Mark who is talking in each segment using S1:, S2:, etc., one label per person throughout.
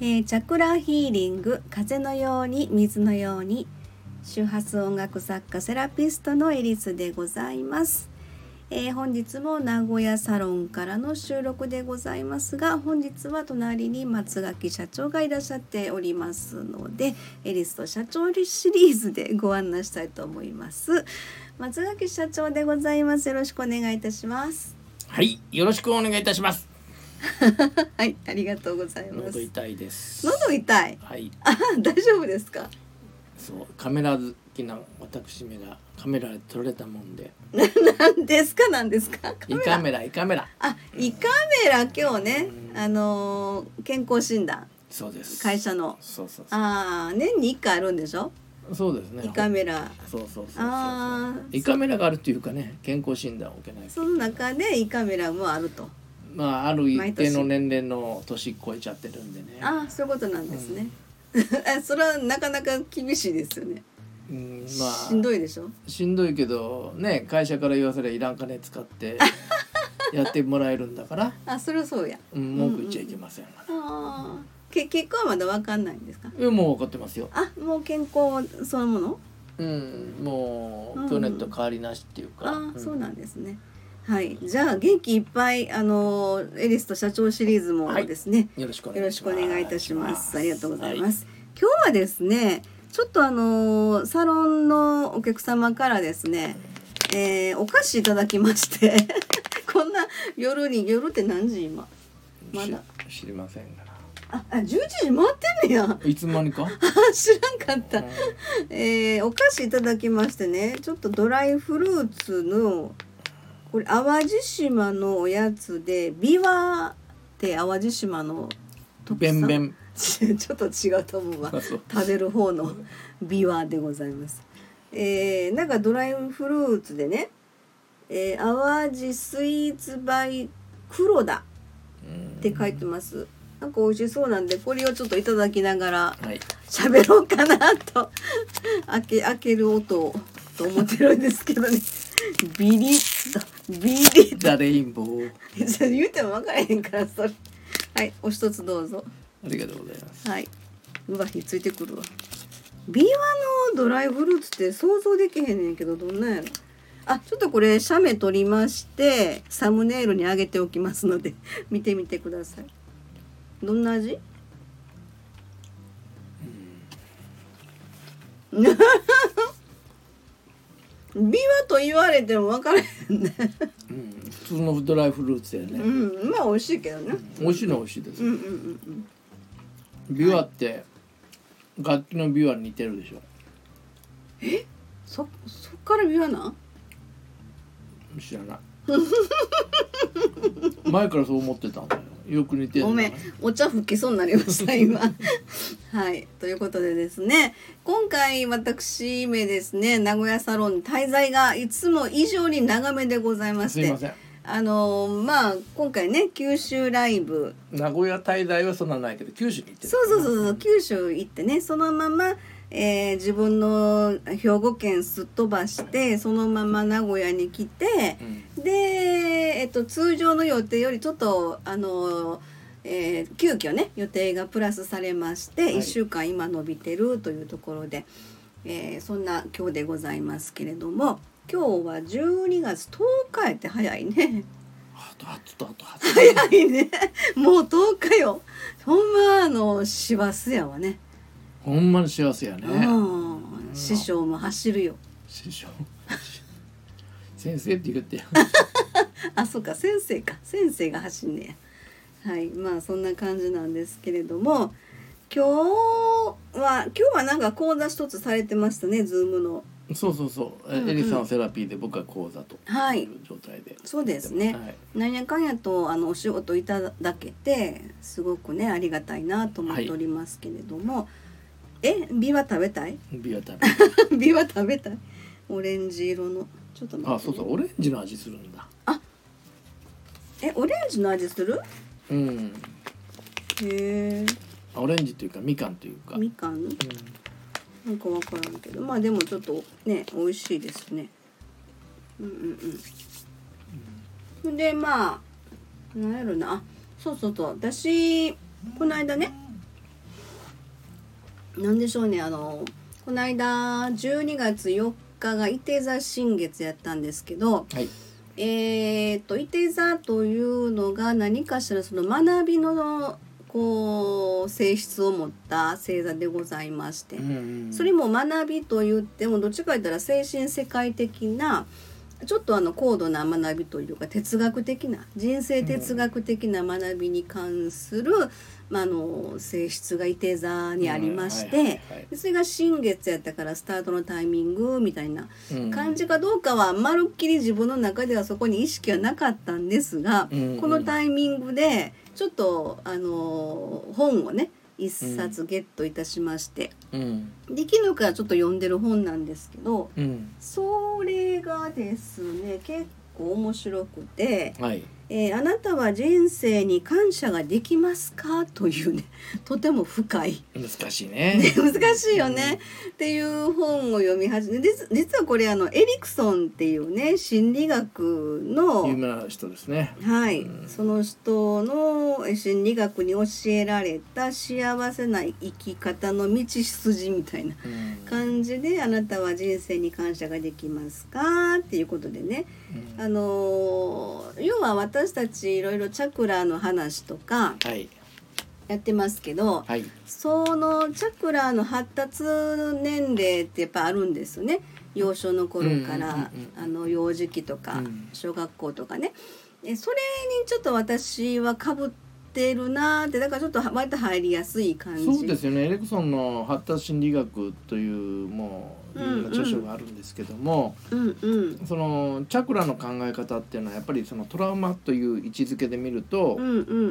S1: えーチャクラヒーリング風のように水のように周波数音楽作家セラピストのエリスでございます、えー本日も名古屋サロンからの収録でございますが本日は隣に松垣社長がいらっしゃっておりますのでエリスと社長シリーズでご案内したいと思います松垣社長でございますよろしくお願いいたします
S2: はい、よろしくお願いいたします。
S1: はいありがとうございま
S2: 喉
S1: す
S2: 痛いです。
S1: 喉痛い
S2: はい、
S1: あ大丈夫ですか
S2: そう、カメラ好きな私めがカメラで撮れたもんで。
S1: なんですかなんですかカ
S2: 胃
S1: メ
S2: カ
S1: ラ
S2: メラ、胃カメラ。
S1: あ胃カメラ今日ねあのー健康診断
S2: そうです。
S1: 会。社の
S2: そうそうそ
S1: ああ年に1回あるんでしょ
S2: う。そうですね。
S1: 胃カメラ
S2: そうそうそうそう
S1: あ
S2: そう。
S1: ー
S2: 胃カメラがあるというかね、健康診断を受けない。
S1: その中で胃カメラもあると
S2: まあ、ある一
S1: 毎
S2: 定
S1: 年
S2: の年齢の年超えちゃってるんでね。
S1: ああそういうことなんですね、 あそれはなかなか厳しいですよね、
S2: うん、ま
S1: しん
S2: あ、
S1: どいでしょ
S2: しんどいけど、ね、会社から言わせりゃいらん金使って。やってもらえるんだから、
S1: あそれはそうや
S2: うん、文句言っちゃいけませんがね。
S1: ああけ結果はまだわかんないんですか
S2: えもう分かってますよ。
S1: あもう健康そのもの
S2: うん、も
S1: うん
S2: う去年と変わりなしっていうか。。
S1: ああ、そうなんんですね。はい、じゃあ元気いっぱいあのエリスと社長シリーズも
S2: はい
S1: ですね、
S2: よろしくお
S1: よ
S2: 願
S1: ろ
S2: い
S1: し
S2: し
S1: く
S2: ま
S1: お
S2: す。
S1: 願いいたします。ありがとうございま
S2: は。
S1: す。今日はですね、ちょっとあのサロンのお客様からですね、えーお菓子いただきまして、 こんな夜に夜って何時今？まだ
S2: し知りませんから。
S1: あ、あ11時回ってんねや。
S2: いつの間にか。
S1: あ知らんかった
S2: うん。
S1: えーお菓子いただきましてねちょっとドライフルーツのこれ淡路島のおやつでビワって淡路島の特
S2: べん
S1: 産
S2: べん。
S1: ちょっと違うと思うわ
S2: あそう
S1: 食べる方 のビワでございますえーなんかドライフルーツでね、えー淡路スイーツバイ黒田
S2: うん
S1: って書いてますなんか美味しそうなんでこれをちょっといただきながら
S2: はい。
S1: 喋ろうかなと開け開ける音をと思ってるんですけどねビリッと ビリッ
S2: ザレインボー。
S1: とそれ言うても分からへんからそれはいお一つどうぞ
S2: ありがとうございます。
S1: はいうわひっついてくるわビワのドライフルーツって想像できへんねんけどどんなんやろあちょっとこれ写メ撮りましてサムネイルに上げておきますので 見てみてくださいどんな味 ビワと言われても分からへんね。
S2: うん、普通のドライフルーツや
S1: う
S2: ね。
S1: ん、まあ美味しいけどね。
S2: 美味しいのは美味しいです
S1: うん。うんうんうん。
S2: ビワって。楽器のビワに似てるでしょ
S1: そそっからビワなん？
S2: 知らない。前からそう思ってたんだよ。よく似てる。
S1: ごめん。、お茶吹きそうになりました 今。はい、ということでですね、今回私めですね、名古屋サロンに滞在がいつも以上に長めでございまし
S2: すい
S1: て
S2: ま、せん。
S1: あのーまあ今回ね九州ライブ、
S2: 名古屋滞在はそんなないけど九州に行ってる
S1: そうそうそうそう九州行ってねそのまま、えー自分の兵庫県すっ飛ばしてそのまま名古屋に来て
S2: うん
S1: で、えっと、通常の予定よりちょっとあの、えー急遽ね予定がプラスされまして、
S2: い
S1: 1週間今伸びてるというところで、えーそんな今日でございますけれども今日は12月10日やって早いね。
S2: あとあとあとあ
S1: 早いねもう10日よほんまあの師走やわね
S2: とほんまに幸せやね、
S1: うん師匠も走るよ
S2: 師匠先生って言ってよ
S1: あそうか先生か先生が走んねやはいまあそんな感じなんですけれども今日は今日はなんか講座一つされてましたねズームの
S2: そうそうそう、え
S1: うんうん
S2: エリさんはセラピーで僕は講座と
S1: はい
S2: いう状態で、
S1: そうですね、
S2: はい
S1: なんやかんやとあのお仕事いただけてすごくねありがたいなと思っておりますけれども、えビワ食べたい
S2: ビワ食べる
S1: ビワ食べたいオレンジ色のちょっと待
S2: あ
S1: って
S2: そうそうオレンジの味するんだ
S1: えオレンジの味する
S2: うん
S1: へ
S2: オレンジというかみかんというか
S1: えみかんなんかわからんけどまあでもちょっとね美味しいですねうんうんうんでまあなんやろなあそうそうそう私この間ねなんでしょうねあのこの間12月4日が伊手座新月やったんですけど
S2: はい
S1: えー、と伊手座というのが何かしらその学びのこう性質を持った星座でございまして、
S2: うんうん
S1: それも学びと言ってもどっちか言ったら精神世界的なちょっとあの高度な学びというか哲学的な人生哲学的な学びに関する、まあ、あの性質がいて座にありまして、
S2: うんはいはいはい
S1: でそれが新月やったからスタートのタイミングみたいな
S2: うん
S1: 感じかどうかはまるっきり自分の中ではそこに意識はなかったんですが、
S2: うん
S1: このタイミングでちょっとあの本をね一冊ゲットいたしまして。
S2: うん
S1: できるからちょっと読んでる本なんですけど
S2: うん
S1: それがですね結構面白くて
S2: はい
S1: 「えーあなたは人生に感謝ができますか?」というね とても深い
S2: 難しいね
S1: ね難しいよね、っていう本を読み始めです実はこれあのエリクソンっていうね心理学の
S2: 有名な人ですね
S1: はい、
S2: うん
S1: その人のえ心理学に教えられた幸せな生き方の道筋みたいな
S2: うん
S1: 感じで「あなたは人生に感謝ができますか?」っていうことでね、
S2: うん
S1: あのー要は私たちいろいろチャクラの話とか
S2: はい
S1: やってますけど、
S2: はい
S1: そのチャクラの発達年齢ってやっぱあるんですよね幼少の頃から、
S2: うんうんうんうん
S1: あの幼児期とか、
S2: うん
S1: 小学校とかねえそれにちょっと私はかぶってるなーってだからちょっと割と入りやすい感じ。
S2: そうですよねエレクソンの発達心理学というもう有名な著書があるんですけども、
S1: うんうん
S2: そのチャクラの考え方っていうのはやっぱりそのトラウマという位置づけで見ると
S1: う、んうんうんう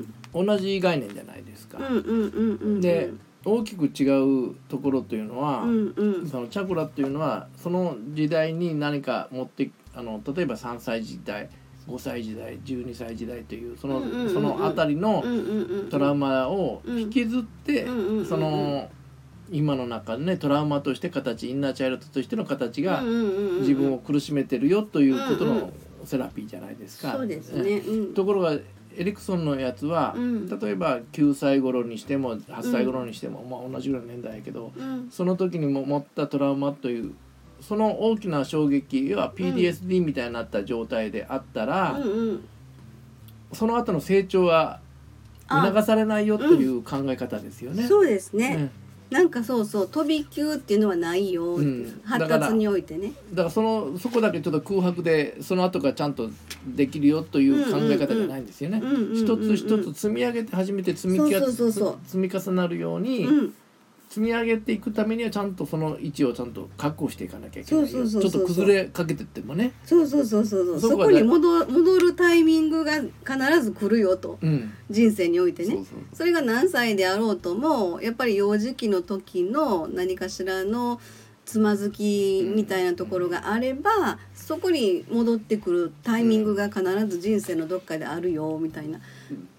S1: ん
S2: 同じ概念じゃないですか。
S1: うんうんうんうんうん、
S2: で大きく違うところというのは、
S1: うんうん
S2: そのチャクラっていうのはその時代に何か持ってあの例えば3歳時代5歳時代12歳時代というその、
S1: うんうんうんうん
S2: その辺りの
S1: うんうんうん
S2: トラウマを引きずって、
S1: うんうんうん
S2: その今の中でねトラウマとして形インナーチャイルドとしての形が自
S1: 自
S2: 分を苦しめてるよということ
S1: うんう
S2: の
S1: ん
S2: セラピーじゃないですか。
S1: そうですね。うん
S2: ところがエリクソンのやつは、
S1: うん
S2: 例えば9歳頃にしても8歳頃にしても、まあ同じぐらいの年代やけど
S1: うん
S2: その時にも持ったトラウマというその大きな衝撃要は PDSD みたいになった状態であったら、
S1: うんうん
S2: その後の成長は促されないよという考え方ですよね。
S1: そうです
S2: う
S1: ね。
S2: ん
S1: なんかそうそう飛び級っていうのはないよっていう
S2: うん
S1: 発
S2: だか
S1: 達
S2: ら
S1: においてね。
S2: だからそのそこだけちょっと空白でその後がちゃんとできるよという考え方じゃないんですよね
S1: うんうんうんうん。
S2: 一つ一つ積み上げて初めて積み
S1: そ
S2: 重
S1: うそうそうそう
S2: 積み重なるように、
S1: うん
S2: 積み上げていくためにはちゃんとその位置をちゃんと確保していかなきゃいけないよ
S1: そうそうそうそう
S2: ちょっと崩れかけてってもね、
S1: そうそうそうそうそう
S2: そ
S1: そ
S2: こが
S1: こに戻戻るタイミングが必ず来るよと
S2: うん、
S1: 人生において
S2: そうそ
S1: ね
S2: う。
S1: それが何歳であろうともやっぱり幼児期の時の何かしらのつまずきみたいなところがあれば、そこに戻ってくるタイミングが必ず人生のどっかであるよみたいな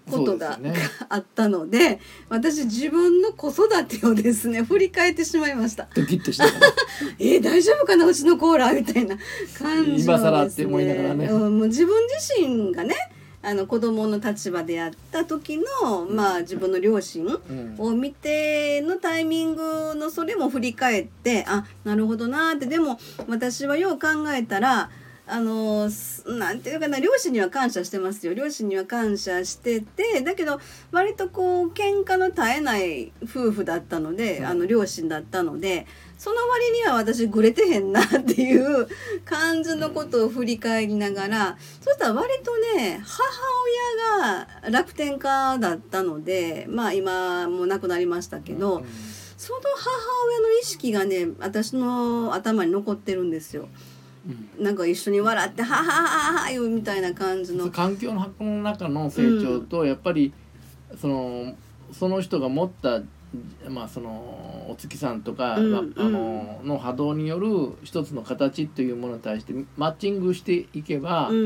S1: ことが、
S2: そうですね
S1: あったので私自分の子育てをですね振り返ってしまいました。
S2: ドキッとしたから
S1: えー、大丈夫かなうちのコーラみたいな感じをです、
S2: 今更って思いながらね
S1: うんもう自分自身がねあの子供の立場であった時の、まあ、自分の両親
S2: うん
S1: を見てのタイミングのそれも振り返ってあなるほどなーってでも私はよう考えたらあのすなんていうかな両親には感謝してますよ両親には感謝しててだけど割とこう喧嘩の絶えない夫婦だったので、
S2: うん
S1: あの両親だったのでその割には私グレてへんなっていう感じのことを振り返りながら、そしたら割とね母親が楽天家だったのでまあ今もう亡くなりましたけど、
S2: うん
S1: その母親の意識がね私の頭に残ってるんですよ。
S2: うん
S1: なんか一緒に笑って「ははははは」いうみたいな感じの。
S2: 環境の箱の中の成長とやっぱりそのその人が持ったまあそのお月さんとか、
S1: うん
S2: まあ
S1: うん
S2: あのの波動による一つの形というものに対してマッチングしていけば、
S1: うんう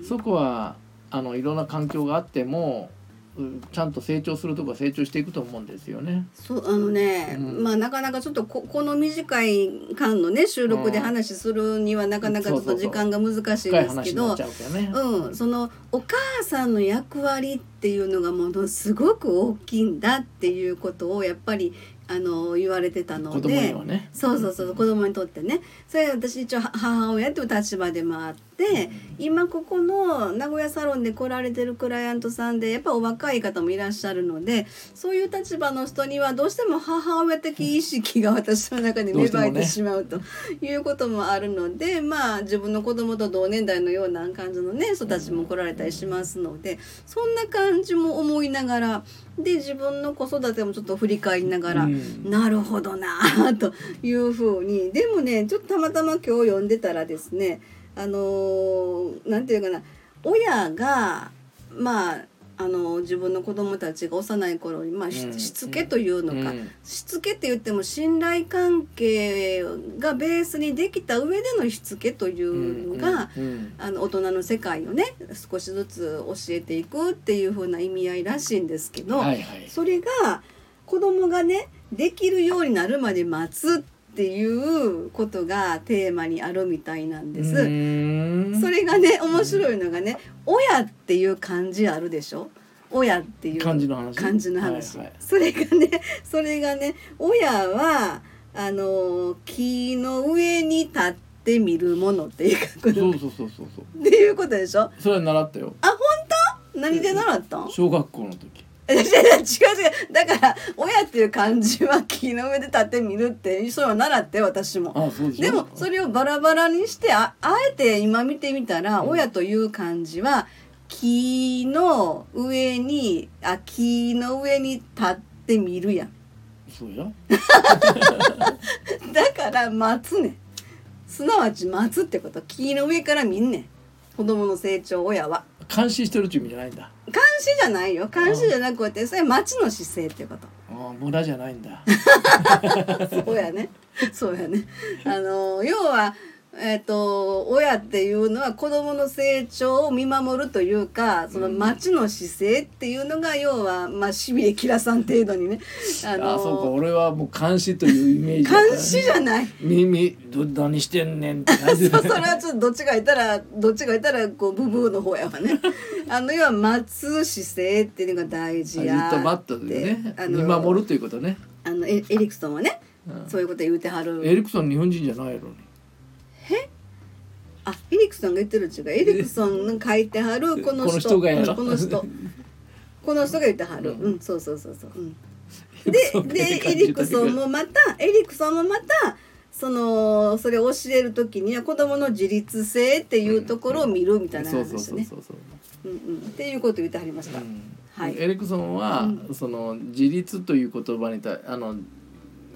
S1: ん、
S2: そこはあのいろんな環境があってもうんちゃんと成長するとこは成長していくと思うんですよね。
S1: そうあのね、
S2: うん
S1: まあなかなかちょっとここの短い間のね収録で話するにはなかなかちょっと時間が難しいん
S2: 深い
S1: ですけ
S2: 話にな
S1: ど
S2: っちゃうからね。
S1: うん、そのお母さんの役割っていうのがものすごく大きいんだっていうことをやっぱりあの言われてたので
S2: 子供にはね
S1: そうそうそう子供にとってねそれで私一応は母親という立場でもあって今ここの名古屋サロンで来られてるクライアントさんでやっぱお若い方もいらっしゃるのでそういう立場の人にはどうしても母親的意識が私の中に芽生えてしまうということもあるので、まあ自分の子供と同年代のような感じのね人たちも来られたりしますのでそんな感じも思いながらで自分の子育てもちょっと振り返りながら。
S2: うん
S1: なるほどなあというふうにでもねちょっとたまたま今日読んでたらですねあのーなんていうかな親がまああのー自分の子供たちが幼い頃に、まあ、
S2: う
S1: し
S2: ん
S1: しつけというのか、
S2: うん
S1: しつけって言っても信頼関係がベースにできた上でのしつけというのが、
S2: うんうん
S1: あの大人の世界をね少しずつ教えていくっていうふうな意味合いらしいんですけど。
S2: はいはい
S1: それが子供がねできるようになるまで待つっていうことがテーマにあるみたいなんです。
S2: うーん
S1: それがね面白いのがね「親」っていう漢字あるでしょ親っていう
S2: 漢字の話
S1: 漢字の話、
S2: はいはい
S1: それがねそれがね親はあの木の上に立って見るものっていう書く
S2: そ
S1: の
S2: うそうそうそうそう
S1: っていうことでしょ
S2: それは習ったよ
S1: 何で習ったん
S2: 小学校の時
S1: いやいや違う違うだから親っていう漢字は木の上で立ってみるってそれを習って私も
S2: あそうでしょ
S1: でもそれをバラバラにしてああえて今見てみたら、
S2: うん
S1: 親という漢字は木の上にあ木の上に立ってみるやん
S2: そうや
S1: だから待つねんすなわち待つってこと木の上から見んねん子供の成長親は
S2: 監視してるっていう意味じゃないんだ
S1: 監視じゃないよ監視じゃなくてそれ待ちの姿勢ってこと
S2: あー村じゃないんだ
S1: そうやね。そうやね。あの要はえっ、と親っていうのは子供の成長を見守るというか、その町の姿勢っていうのが要はまあしびれ切らさん程度にね。 あ
S2: あ
S1: の
S2: ーそうか俺はもう監視というイメージだったね
S1: 監視じゃない。
S2: 耳ど何してんねんって感じ
S1: そうそれはちょっとどっちがいたらどっちがいたらこうブブーの方やわね。あの要は待つ姿勢っていうのが大
S2: じ
S1: 事
S2: っ
S1: や
S2: と待ったでね
S1: あ
S2: 見
S1: の
S2: 守るということね、
S1: あのエエリクソンはね、
S2: うん
S1: そういうこと言うてはる。
S2: エリクソン日本人じゃないのに
S1: あ、エリクソンが言ってる違う。エリクソンの書いては るこの人。
S2: この人がやろ
S1: うんこの 人。この人が言ってはる。
S2: うん
S1: うん、そうそうそうそう。 うん、で、で、エリクソンもまた、エリクソンもまた。そのそれを教える時には子供の自立性っていうところを見るみたいな
S2: そうそう
S1: 話
S2: そう
S1: ね。
S2: そうそ
S1: う
S2: う
S1: んうんっていうことを言ってはりました。はい
S2: エリクソンは、その自立という言葉にたあの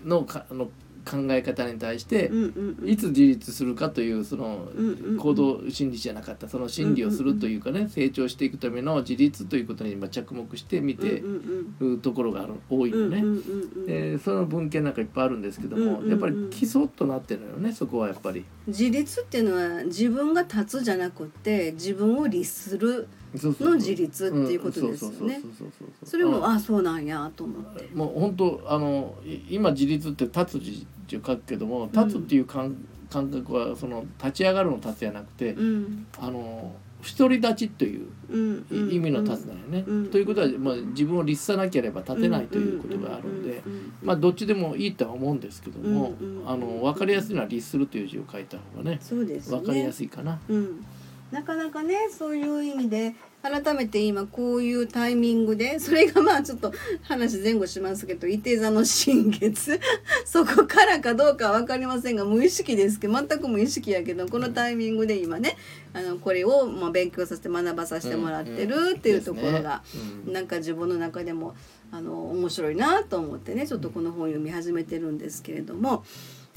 S2: のかあの考え方に対して、
S1: うんうんうん
S2: いつ自立するかというその
S1: うんうん
S2: 行動心理じゃなかったその心理をするというかね成長していくための自立ということに今着目して見て
S1: うんうん
S2: るところがある多い
S1: うんうん
S2: よね。
S1: うんうん
S2: でその文献なんかいっぱいあるんですけども、
S1: うんうんうん
S2: やっぱり基礎となってるのよねそこはやっぱり。
S1: 自立っていうのは自分が立つじゃなくて自分を律する
S2: そうそうそう
S1: の自立っていうことですよね
S2: うんそうそううううう
S1: それもあそうなんやと思って。
S2: もう本当あのい今自立って立つ字って書くけども立つっていう感,、感覚はその立ち上がるの立つじゃなくて、
S1: うん
S2: あの独り立ちという
S1: うんうん
S2: い意味の立つなんよね。
S1: うん
S2: ということは、まあ、自分を律さなければ立てないということがあるんで。
S1: うんうん
S2: まあ、どっちでもいいとは思うんですけども、
S1: うんうん
S2: あの分かりやすいのは「律する」という字を書いた方がね
S1: そうですね
S2: 分かりやすいかな。
S1: うん、なかなかねそういう意味で改めて今こういうタイミングでそれがまあちょっと話前後しますけど伊手座の新月 そこからかどうかは分かりませんが無意識ですけど全く無意識やけどこのタイミングで今ねあのこれをまあ勉強させて学ばさせてもらってるっていうところが
S2: ですねうん
S1: なんか自分の中でもあの面白いなと思ってねちょっとこの本を読み始めてるんですけれども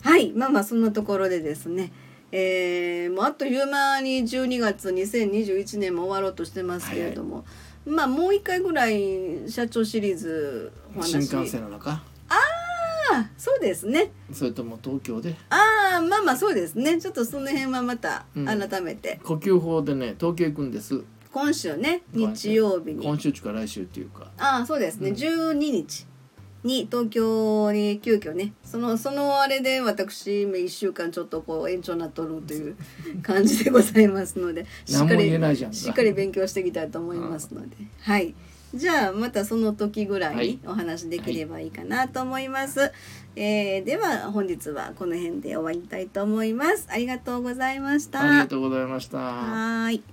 S1: はいまあまあそんなところでですねえーもうあっという間に12月2021年も終わろうとしてますけれども、まあもう一回ぐらい社長シリーズお話
S2: 新幹線の中
S1: あそうですね
S2: それとも東京で
S1: ああまあまあそうですねちょっとその辺はまた
S2: うん
S1: 改めて、
S2: 呼吸法でね東京行くんです
S1: 今週ね日曜日に
S2: 今週中か来週っていうか
S1: ああそうですね、
S2: うん
S1: 12日に東京に急遽ねそのそのあれで私1週間ちょっとこう延長になっとるという感じでございますのでしっ
S2: 何
S1: か
S2: も言え
S1: り
S2: ないじゃんか
S1: しっかり勉強していきたいと思いますので、はいじゃあまたその時ぐらい
S2: は
S1: に
S2: い
S1: お話できればいいかなと思います、えーでは本日はこの辺で終わりたいと思いますありがとうございました
S2: ありがとうございました。
S1: はーい